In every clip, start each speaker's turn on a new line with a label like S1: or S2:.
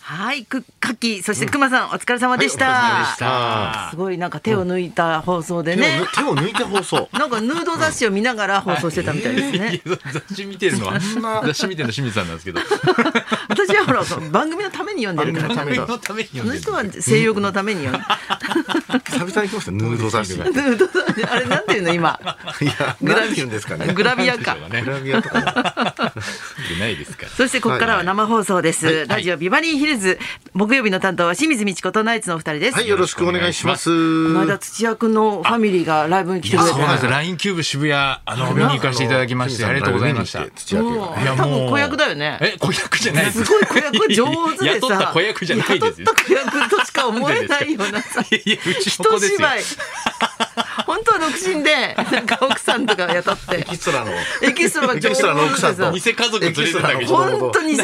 S1: はい、く、かき、そしてくまさん、お疲れ様でした。
S2: はいお疲れ様でした
S1: すごい、なんか手を抜いた放送でね。
S2: 手を抜いて放送。
S1: なんかヌード雑誌を見ながら放送してたみたいですね。
S3: いや雑誌見てるのは雑誌見てるのは清水さんなんですけど
S1: 私はほら、その番組のために読んでるから、ちゃん
S3: その
S1: と。
S3: ために
S1: そ
S3: 読ん
S1: の
S3: でる
S1: 人は性欲のために読ん
S2: 久々に来ました、ヌード雑誌が。い
S1: でる。ヌード雑誌、あれ、なんていうの、今。
S2: や、なんて言うんですかね。
S1: グ
S2: グ
S1: ラビアか。
S3: なんでしょう
S2: ラビアとかね。
S3: ねないですから
S1: そしてここからは生放送です、
S3: はいはい
S1: ラジオビバリーヒルズ木曜日の担当は清水美智子とナイツのお二人です、
S2: はい、よろしくお願いします。
S1: この間土屋君のファミリーがライブに来てくれて
S3: そうなんですラインキューブ渋谷あの見に行かせていただきましてありがとうございました
S2: 土屋君がね
S3: いや
S1: 多
S3: も
S1: 分
S3: う
S1: 子役だよね
S3: え子役じゃない です
S1: すごい子役上手でさ
S3: 雇った子役じゃないです
S1: 雇
S3: よ
S1: った子役としか思えないようなさ
S3: いやいやうち
S1: 一
S3: の子ですよ
S1: 芝居本当は独身でなんか奥さんとか雇って
S2: エキストラの。
S1: エキストラが上手
S2: エキストラの奥さんと
S1: でさ
S3: 偽家族連れてたわけじゃ
S2: 本
S3: な
S1: 本当に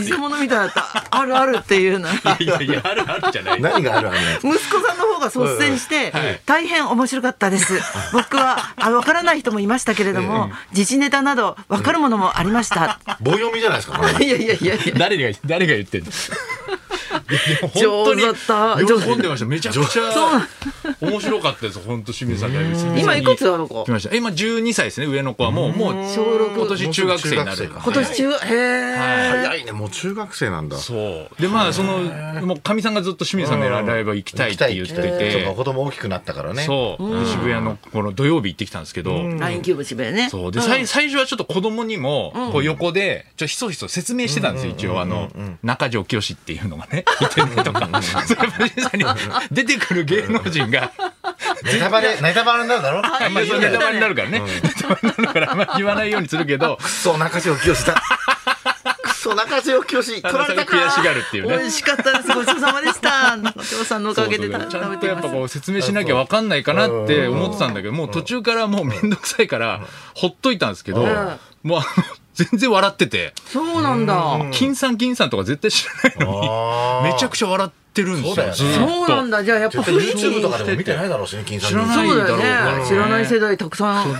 S1: 偽偽物みたいだったあるあるっていうない
S3: いやいやあるあるじゃない
S2: 何があるある
S1: 息子さんの方が率先して
S3: はい
S1: 大変面白かったです。僕はあわからない人もいましたけれども、時事ネタなどわかるものもありました。
S2: 棒読みじゃないですか、これ
S1: いやいやいやいや。
S3: 誰が誰が言ってんのいやでも本当に
S1: 上手だった
S3: 喜んでましためちゃくちゃ面白かったです本当清水さんが
S1: 今いくつなの子
S3: 来？ました今12歳ですね上の子はもうもう
S1: 小六
S3: 今年中学生になる
S2: もう
S1: 今年中へえ。
S2: 早いね、もう中学生なんだ。
S3: そうでまあそのもうかみさんがずっと清水さんのライブは行きたいって言っ
S2: 行き
S3: て
S2: たいそう
S3: て
S2: か子供大きくなったからね。
S3: そうで渋谷のこの土曜日行ってきたんですけど
S1: ラインキューブ渋谷ね。
S3: そうで最最初はちょっと子供にもこう横でちょっとひそひそ説明してたんですよ一応あの中条きよしっていうのがねいてねとかそれプロデューサーに出てくる芸能人が
S2: ネタバレ、ネタバレになるだろ
S1: は
S3: あんまり
S1: 言う
S3: ネ
S1: ね
S3: タバレになるからねネタバレになるからあんまり言わないようにするけど
S2: クソ、中条清だ。クソ、中条清 取
S3: 田中
S2: られ
S3: さんが
S2: たか。
S3: 悔しがるっていう
S1: 美
S3: ね
S1: 味しかった です。ごちそうさまでした。中条さんのおかげで
S3: そうそう
S1: 食
S3: ちゃ
S1: べて
S3: んとやっ
S1: ま
S3: ぱ
S1: す。
S3: こう説明しなきゃ分かんないかなって思ってたんだけどもう途中からもうめんどくさいからほっといたんですけど
S2: うん
S3: もうあの全然笑ってて
S1: そうなんだ。
S3: 金さん金さんとか絶対知らない
S2: あ
S3: の
S2: ー
S3: にめちゃくちゃ笑ってるんですよず
S2: そうだ
S1: そう
S2: よね
S3: ーっと
S1: なんだ。じゃあやっぱ雰囲気
S2: 絶対 YouTube とかでも見てないだろうしね、金さん。
S3: 知らない
S1: そうだよ
S3: ないだろうか
S1: ね。
S3: ら
S1: 知らない世代たくさん。もう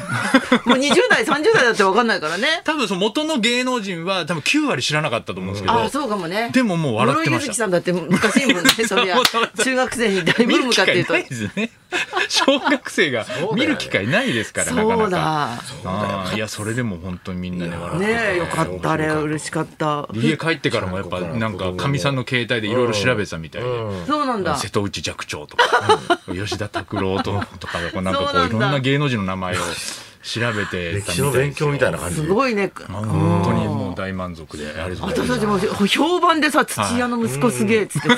S1: 20代30代だってわかんないからね。
S3: 多分その元の芸能人は多分9割知らなかったと思うんですけ
S1: あ
S3: ど
S1: あそうかもね
S3: でももう笑ってま
S1: 室井佑
S3: した
S1: 樹さんだって昔いもんね そりゃ中学生に大ブ
S3: 見
S1: ー
S3: る
S1: ム
S3: 機
S1: かっていう
S3: 会
S1: と
S3: ないですね 小学生が
S2: よね
S3: 見る機会ないですからなか
S1: そ
S3: な
S1: う
S3: か
S1: だ
S3: あーいやそれでも本当にみんなで笑って
S1: ねえよかったあれ嬉しかった
S3: 家帰ってからもやっぱなんかかみさんの携帯でいろいろ調べてたみたいで。
S1: そうなんだ
S3: 瀬戸内寂聴とか、吉田拓郎 ととかこうなんか
S1: そう
S3: こ
S1: な
S3: うんい
S1: だ
S3: ろんな芸能人の名前を調べて
S2: 歴
S3: た
S2: 史の勉強みたい
S3: な
S2: な感じ。
S1: すごいね
S3: 本当にもう大満足でありがとうござい
S1: 私
S3: ま
S1: た
S3: す
S1: ちも評判でさ土屋の息子すげえっつって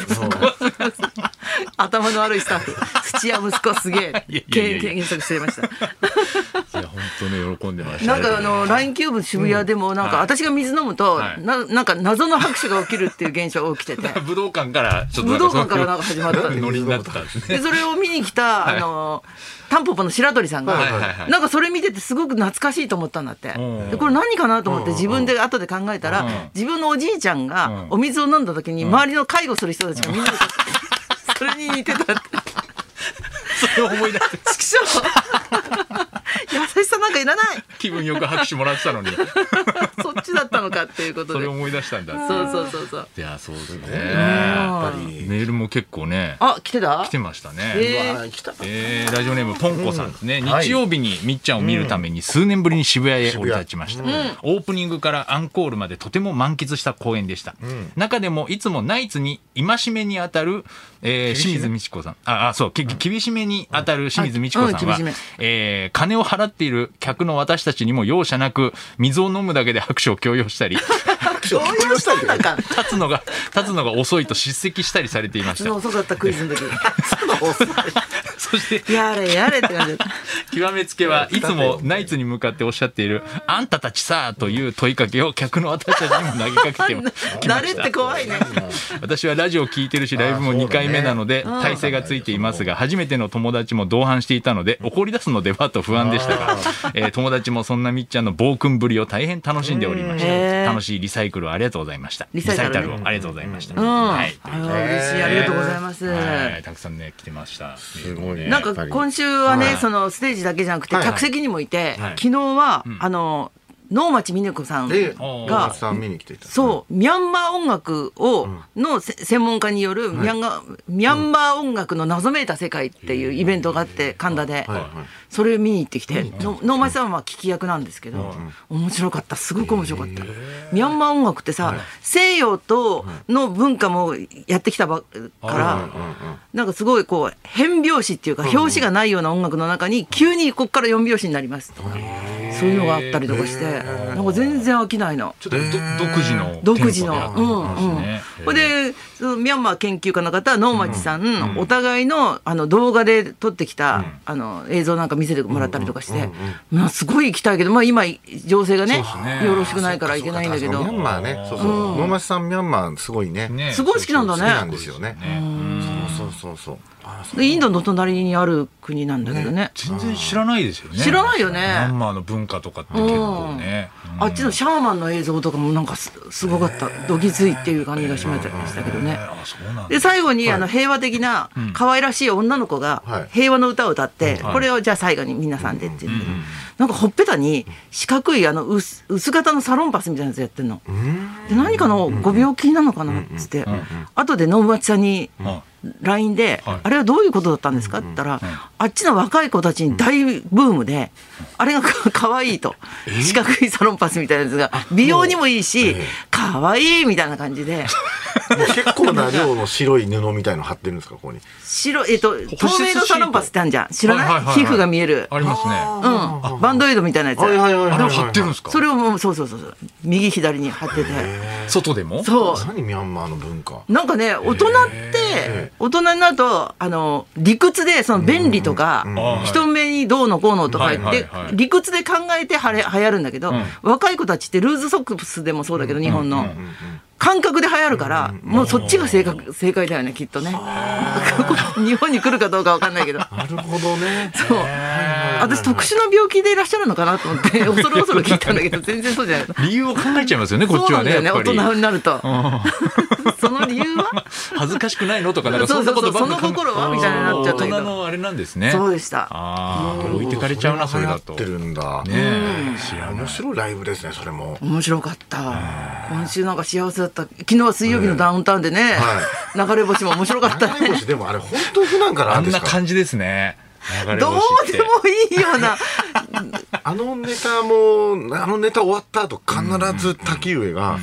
S1: 頭の悪いスタッフ土屋息子すげ
S3: いや
S1: え
S3: いやいや
S1: 検索していました
S3: いや本当に喜んでました
S1: なんかあの LINE キューブ渋谷でもなんか
S3: はい
S1: 私が水飲むと
S3: はい
S1: ななんか謎の拍手が起きるっていう現象が起きて て
S3: 武道館からちょっと
S1: 武道館からなん
S3: か
S1: か始まっ
S3: そ
S1: た
S3: ういうノリになってたんです
S1: で
S3: ね
S1: それを見に来た、
S3: はい
S1: あのタンポポの白鳥さんが、
S3: はいはいはい
S1: なんかそれ見ててすごく懐かしいと思ったんだって、
S3: ん
S1: でこれ何かなと思って自分で後で考えたら、
S3: うん
S1: 自分のおじいちゃんが
S3: うん
S1: お水を飲んだ時に周りの介護する人たちがみんなで、それに似てた って
S3: それを思い出して
S1: ちくしょう優しさなんかいらない
S3: 気分よく拍手もらって たのに
S1: そっちだったのかっていうこと
S3: そ
S1: で
S3: れを
S1: そう
S3: 思い出したんだ
S1: そうそうそう
S3: いやそうですね
S2: やっぱり。
S3: メールも結構ね
S1: あ来てた
S3: 来てましたね、
S1: えー
S2: うわ来た
S3: えーラジオネームとんこさんですね、
S2: はい
S3: 日曜日にみっちゃんを見るために数年ぶりに渋谷へ降
S2: 渋
S3: り
S2: 谷
S3: 立ちました、オープニングからアンコールまでとても満喫した公演でした、
S2: ん
S3: 中でもいつもナイツに戒めに当たる、えー清水美智子さんああそうき厳しめに当たる清水美智子さんは、
S1: うん厳しめ
S3: えー金を払っている客の私たちにも容赦なく水を飲むだけで拍手を強要したり
S1: 動揺したんだか
S3: 立つのが立つのが遅いと叱責したりされていまし
S1: そ
S3: た
S1: の遅かったクイズの時
S3: そして
S1: やれやれって感じだった
S3: 極めつけはいつもナイツに向かっておっしゃっている「あんたたちさ」という問いかけを客の私たちにも投げかけてまきま
S1: 慣れ
S3: し
S1: って
S3: た
S1: 怖いね
S3: 私はラジオ聞いてるしライブも2回目なので
S2: あ
S3: 体勢がついていますが初めての友達も同伴していたので怒り出すのではと不安でしたが、えー友達もそんなみっちゃんの暴君ぶりを大変楽しんでおりまし
S1: うんへ
S3: た
S1: ー
S3: 楽しいリサイクルをありがとうございました
S1: リサイタルね
S3: をありがとうございました、
S1: うん、
S3: はい
S1: あー嬉しいありがとうございます、
S3: はいたくさんね来てましたす
S2: ごいね
S1: なんか今週はね、
S3: はい
S1: そのステージだけじゃなくて
S2: はいはい
S1: 客席にもいて、
S2: はい
S1: 昨日は、あの能町みね子さん
S2: で、大
S3: おー
S2: 松さん見に来ていた。
S1: そう、ミャンマー音楽を、のせ専門家によるミャンガ、ミャンマー音楽の謎めいた世界っていうイベントがあって、神田で、
S2: はいはい
S1: それを見に行ってきて、の能町さんはまあ聞き役なんですけど、面白かった、すごく面白かった。ミャンマー音楽ってさ、西洋との文化もやってきたばから、なんかすごいこう変拍子っていうか表紙がないような音楽の中に急にこっから4拍子になりますとかそういうのがあったりとかしてなんか全然飽きないの。
S3: ちょっとど独自の
S1: 独自の
S3: テンポでやってますね
S1: うんうん、これでそのミャンマー研究家の方能町さん、お互いのあの動画で撮ってきた、あの映像なんか見せてもらったりとかして、まあ、すごい行きたいけど、まあ、今情勢がね
S3: そうですね
S1: よろしくないから行けないんだけ
S2: そう
S1: ど
S2: かミャンマーね、そうそう。能町さんミャンマーすごいね。
S3: ね
S1: すごい好きなんだ
S2: 好
S1: ね
S2: きなんですよね。
S3: ね
S2: そうそうそうそう。あそう
S1: インドの隣にある国なんだけどね
S3: 全然知らないですよね
S1: 知らないよね
S3: ミャンマーの文化とかって結構ね
S1: あっちのシャーマンの映像とかもなんかすすごかったどぎついっていう感じがしましたけどね。
S3: あそうなんだ
S1: で最後に、あの平和的な可愛らしい女の子
S2: は
S1: が
S2: い
S1: 平和の歌を歌って、
S3: はい
S1: これをじゃあ最後に皆さんでって言って、なんかほっぺたに四角いあの薄薄型のサロンパスみたいなやつやってんの。で何かのご病気なのかなっつって、後で能町さんに
S3: うん
S1: LINE で、
S3: はい
S1: あれはどういうことだったんですか?」って言ったら、あっちの若い子たちに大ブームで、あれがかかわいいと四角いサロンパスみたいなやつが美容にもいいし、かわいいみたいな感じで
S2: もう結構な量の白い布みたいの貼ってるんですかここに。
S1: 白いえっと透明のサロンパスってあるじゃん知らない,、
S3: はいはいはいはい
S1: 皮膚が見える、
S3: ありますね
S1: うん、バンドエイドみたいなやつ、
S2: はいはいはいはい。。
S3: あれを貼ってるんですすか
S1: それをもうそうそうそうそう右左に貼ってて
S3: 外でも
S1: そう
S2: 何ミャンマーの文化。
S1: なんかね大人って大人になるとあの理屈でその便利とか
S2: うん
S3: うんうん
S1: 人目にどうのこうのとか言っ
S3: はい
S1: て
S3: はいはい
S1: 理屈で考えてはれ流行るんだけど
S3: ん
S1: 若い子たちってルーズソックスでもそうだけど日本の
S2: うんうん
S1: 感覚で流行るからもうそっちが正確正解だよねきっとね 日本に来るかどうかわかんないけど。
S2: なるほどね。
S1: そう私特殊な病気でいらっしゃるのかなと思 って恐る恐る聞いたんだけど全然そうじゃない
S3: 理由を考えちゃいますよねこっ
S1: そう
S3: ち
S1: な
S3: は
S1: んだ
S3: ね
S1: よね
S3: やっぱ
S1: 大
S3: り
S1: 人になると その理由は
S3: 恥ずかしくないのとかなんか
S1: そ
S3: そ
S1: うんそう
S3: な
S1: そ
S3: こ
S1: う
S3: とばっか
S1: その心はみたいになっちゃった
S3: 大
S1: けど
S3: 人のあれなんですね
S1: そうでした
S3: ああ置いてかれちゃうなそれだと
S2: 流行ってるんだ。
S3: ねえ知らない
S2: 面白いライブですねそれも。
S1: 面白かった今週なんか幸せだった昨日は水曜日のダウンタウンでね、流れ星も面白か った
S2: 流れ
S1: ね
S2: 星でもあれ本当普段からあ
S3: あ
S2: るんで
S3: ん
S2: す
S3: な
S2: か。
S3: 感じですね流れ
S1: どう
S3: 星って
S1: でもいいような
S2: あのネタもあのネタ終わった後必ず滝上が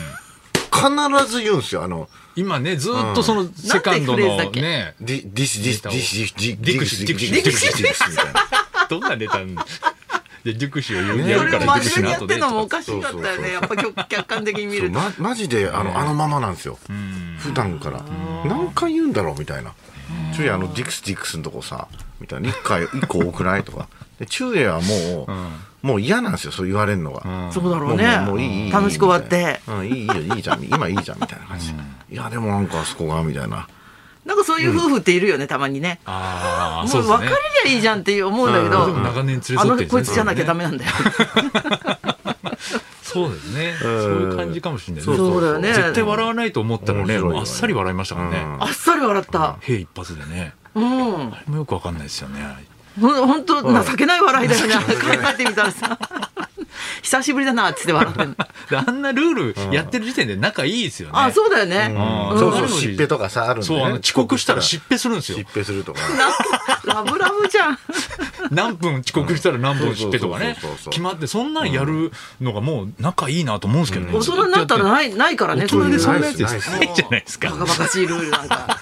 S2: 必ず言うんですよあの
S3: 今ねずーっとそのセカンド
S1: なんてフ
S3: の
S1: レーズだっけ
S3: ね
S2: ディディシディシディシディディクシディクシディクシディクシみたいな。
S3: どんなネタ なんだで熟子を言う
S2: ね
S3: や
S1: そ
S3: る
S1: れ
S3: か
S1: を
S3: ら
S1: 真
S3: 熟
S1: 面
S3: 子
S1: 目にやって
S3: の後で
S1: る
S3: と
S1: のも
S3: か
S1: おかしかったよねやっぱ客観的に見
S2: そう
S1: ると
S2: ま、マジであのあのままなんですよ普段から何回言うんだろうみたいな「昼夜あのディクスディクスのとこさ」みたいな1回1個多くないとかで昼夜はもう、もう嫌なんですよそう言われるのが、
S1: そうだろう
S2: もう
S1: ね
S2: もういいいい
S1: 楽しく終わって、
S2: うん、いいいいよいいじゃん今いいじゃんみたいな感じ、いやでもなんかあそこがみたいな
S1: なんかそういう夫婦っているよねたまにね、
S3: ああ
S1: も
S3: そううです
S1: 別れ
S3: ね
S1: りゃいいじゃんって思うんだけど、
S3: うんでも長年連れ添って
S1: あ
S3: る
S1: の
S3: んですね
S1: こいつじゃなきゃダメなんだよ、
S3: そうですねそういう感じかもしれないね
S1: そうだよね
S3: 絶対笑わないと思った
S2: 面
S3: らね
S2: 白いよね
S3: もうあっさり笑いましたからね
S1: あっさり笑った
S3: 兵一発でね
S1: うん
S3: あれもよくわかんないですよね
S1: ほ本当情けない笑いだよね 考えてみたらさ 久しぶりだなっつって笑ってんの
S3: であんなルールやってる時点で仲いいですよね
S1: あそうだよね、
S3: うん
S2: そうそうしっぺとかさあるんで、
S3: そう
S2: ね、
S3: あの遅刻したらしっぺするんです
S2: し
S3: よ
S2: っぺするとか
S1: ラブラブじゃん。
S3: 何分遅刻したら何分知ってとかね
S2: そうそうそうそう
S3: 決まってそんなんやるのがもう仲いいなと思うんですけどね
S1: 大人になったら
S3: い
S1: ない、ないからね。
S3: 大人でそんな
S1: バ
S3: やつないじゃないですか
S1: カバカしいルールなんか。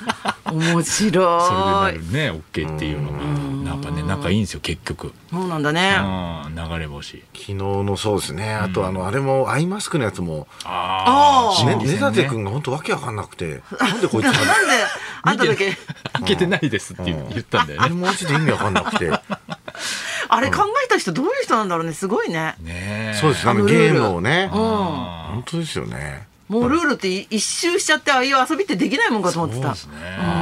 S1: 面
S3: それで
S1: 白。
S3: ないるね OK っていうのがやっぱね仲いいんですよ結局
S1: そうなんだ
S3: う
S1: ね。
S3: ん流れ星
S2: 昨日のそうですねあとあのあれもアイマスクのやつも
S1: あー
S2: ね
S3: 心理
S2: 根
S3: 戦
S2: 建君が本当わけわかんな くてなんでこいつ
S1: なんで、あんただけ、
S3: いけてないですって言ったんだよ
S2: あれ
S3: ね
S2: マジで意味わかんなくて
S1: あれ考えた人どういう人なんだろうね。すごいね。
S3: ねえ
S2: そうです
S1: あ
S2: ね
S1: のルー
S2: ゲ
S1: ル
S2: ームをね
S1: うん。
S3: あ
S2: 本当ですよね
S1: もうルールって一周しちゃって、ああいう遊びってできないもんかと
S3: そ
S1: 思
S3: う
S1: っ
S3: で
S1: てた。
S3: すね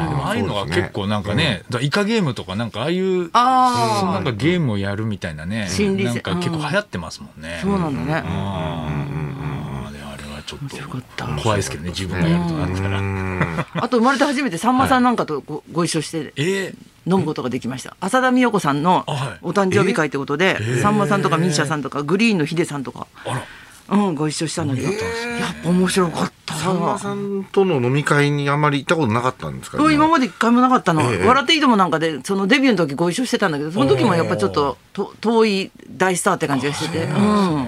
S3: でもああいうのが結構なんかねだからイカゲームとかなんかああいうな
S1: あ
S3: んかゲームをやるみたいなね
S1: 心理
S3: なん
S1: 戦
S3: か結構流行ってますもんね
S1: あ、そうなんだね。
S3: あーであれはちょっと
S1: かった
S3: 怖いですけどね自分がやるとなったら
S2: うん
S1: あと生まれて初めてさんまさんなんかとごご一緒して、
S3: えー
S1: 飲むことができました浅田美代子さんのお誕生日会ということで、さんまさんとかミーシャさんとかグリーンのヒデさんとか、うん、ご一緒したんだけど、やっぱ面白かった
S2: さんま
S1: な。
S2: さんとの飲み会にあまり行ったことなかったんですか
S1: うん今
S2: 今
S1: まで一回もなかったの、
S2: ええ
S1: 笑っていいともなんかでそのデビューの時ご一緒してたんだけどその時もやっぱちょっとと遠い大スターって感じがしててうん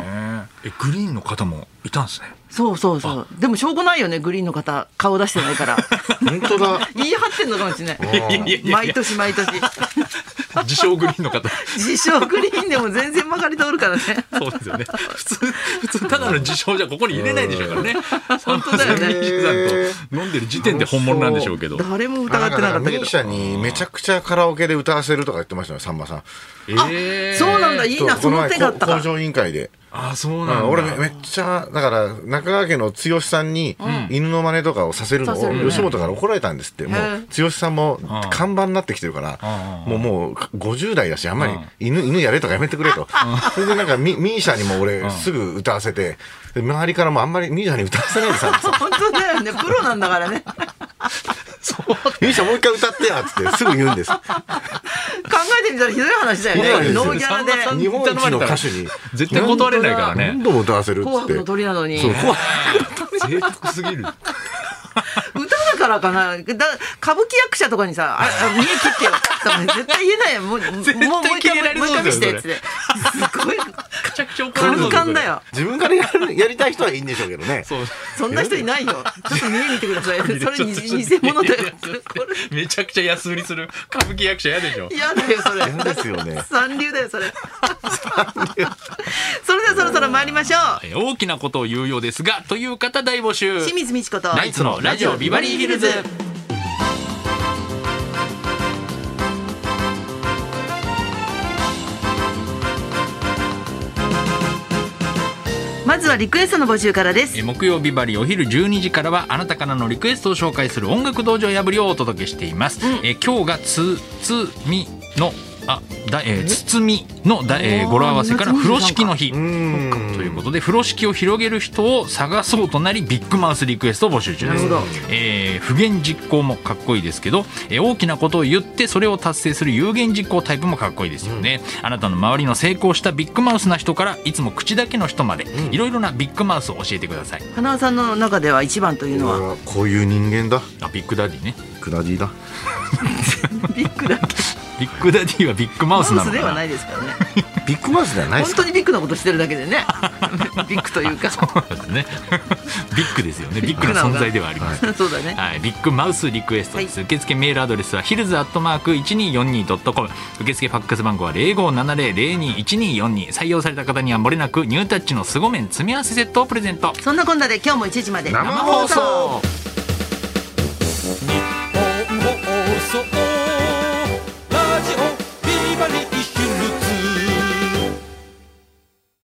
S3: えグリーンの方もいたんですね
S1: そうそうそうでも証拠ないよねグリーンの方顔出してないから
S2: 本当だ
S1: 言い張ってんのかもしれ
S3: やいやいや
S1: ないい
S3: や
S1: 毎年毎年
S3: 自称グリーンの方
S1: 自称グリーンでも全然曲がり通るからね
S3: そうですよね普通普通ただの自称じゃここに入れないでしょうからね
S1: 本当だよ
S3: ミ
S1: ね
S3: ーシャさんと飲んでる時点で本物なんでしょうけど
S1: 誰も疑ってなかったけど
S2: ミーシャにめちゃくちゃカラオケで歌わせるとか言ってましたねさんまさん
S3: えー
S1: そうなんだいいなその手があった
S2: こ
S1: から
S2: の前こ向上委員会で
S3: あそうなん
S2: う
S3: だ
S2: ん俺めめっちゃだから中川家の剛さんに犬の真似とかをさせるの
S1: させる
S2: を
S1: ね
S2: 吉本から怒られたんですってもう剛さんも看板になってきてるから
S3: う
S2: もうもう50代だしあんまり犬犬やれとかやめてくれとそれでなんかミミーシャにも俺すぐ歌わせてで周りからもあんまりミーシャに歌わせないでさ
S1: 本当だよねプロなんだからね考
S2: ミーシャもう一回歌ってやっつってすぐ 言うんです
S1: えてみたらひどい話だ
S2: ひど
S1: よ
S2: い
S1: ね
S2: 話ですよ
S1: ノーギャラで
S3: さんま
S2: 日本一の歌手に
S3: 絶対断れないからね
S2: 何度も歌わせるっつ
S1: 紅
S2: って
S1: 白の鳥なのに
S2: そう紅白
S3: 贅沢すぎる
S1: 歌だからかなだ歌舞伎役者とかにさ「ああ見え切ってよ」とか絶対言えないよもうもうもう
S3: 絶対
S1: 一
S3: 切れら
S1: 回
S3: れ
S1: もう一
S3: そう
S1: 回見
S3: です
S1: して
S3: よね
S1: っつってすごい
S3: めちゃくちゃ怒
S1: カ
S3: られそ
S1: ン
S3: うです
S1: カ
S3: よ
S1: ンだよ
S2: 自分からやるやりたい人はいいんでしょうけどね
S3: そう
S1: そんな人いないよちょっと見え見てくださいそれ
S3: ちょっと
S1: に偽物だよ
S3: ちょっと
S1: こ
S3: めちゃくちゃ安売りする歌舞伎役者嫌でしょ
S1: れ嫌だよそれ
S2: 嫌ですよね
S1: 三流だよそれそれではそろそろ参りましょう
S3: え大きなことを言うようですがという方大募集
S1: 清水美智子と
S3: ナイツのラジオビバリーヒルズ
S1: まずはリクエストの募集からです
S3: え木曜日バリお昼12時からはあなたからのリクエストを紹介する音楽道場破りをお届けしています、え今日がつつみのあだえー、つつみのだ、えー
S1: おー
S3: 語呂合わせから
S1: 夏
S3: 風
S1: の
S3: 呂
S1: 日
S3: 敷の日
S2: うーん
S3: ということで風呂敷を広げる人を探そうとなりビッグマウスリクエストを募集中です
S1: なるほど、
S3: えー不言実行もかっこいいですけど、えー大きなことを言ってそれを達成する有言実行タイプもかっこいいですよね、あなたの周りの成功したビッグマウスな人からいつも口だけの人までいろいろなビッグマウスを教えてください
S1: 花輪さんの中では一番というの
S2: 俺
S1: は
S2: はこういう人間だ
S3: あビッグダディね
S2: クラジーだ
S1: ビッグだけ
S3: ビッグダディはビッグマ
S1: マ
S3: ウス
S1: ウ
S3: な
S1: ス
S3: の
S1: で
S3: か
S1: は
S3: な
S1: ないですからね
S2: ビッグマウスじゃない
S1: 本
S2: ですか
S1: 当にビッグなことしてるだけでねビッグというか
S3: そうですねビッグですよねビッグな存在ではあります
S1: そうだね
S3: はい、ビッグマウスリクエストです、受付メールアドレスはヒルズアットマーク 1242.com 受付ファックス番号は0570021242採用された方にはもれなくニュータッチの凄麺詰め合わせセットをプレゼント
S1: そんなこんなで今日も1時まで
S2: 生放送
S3: 日本放送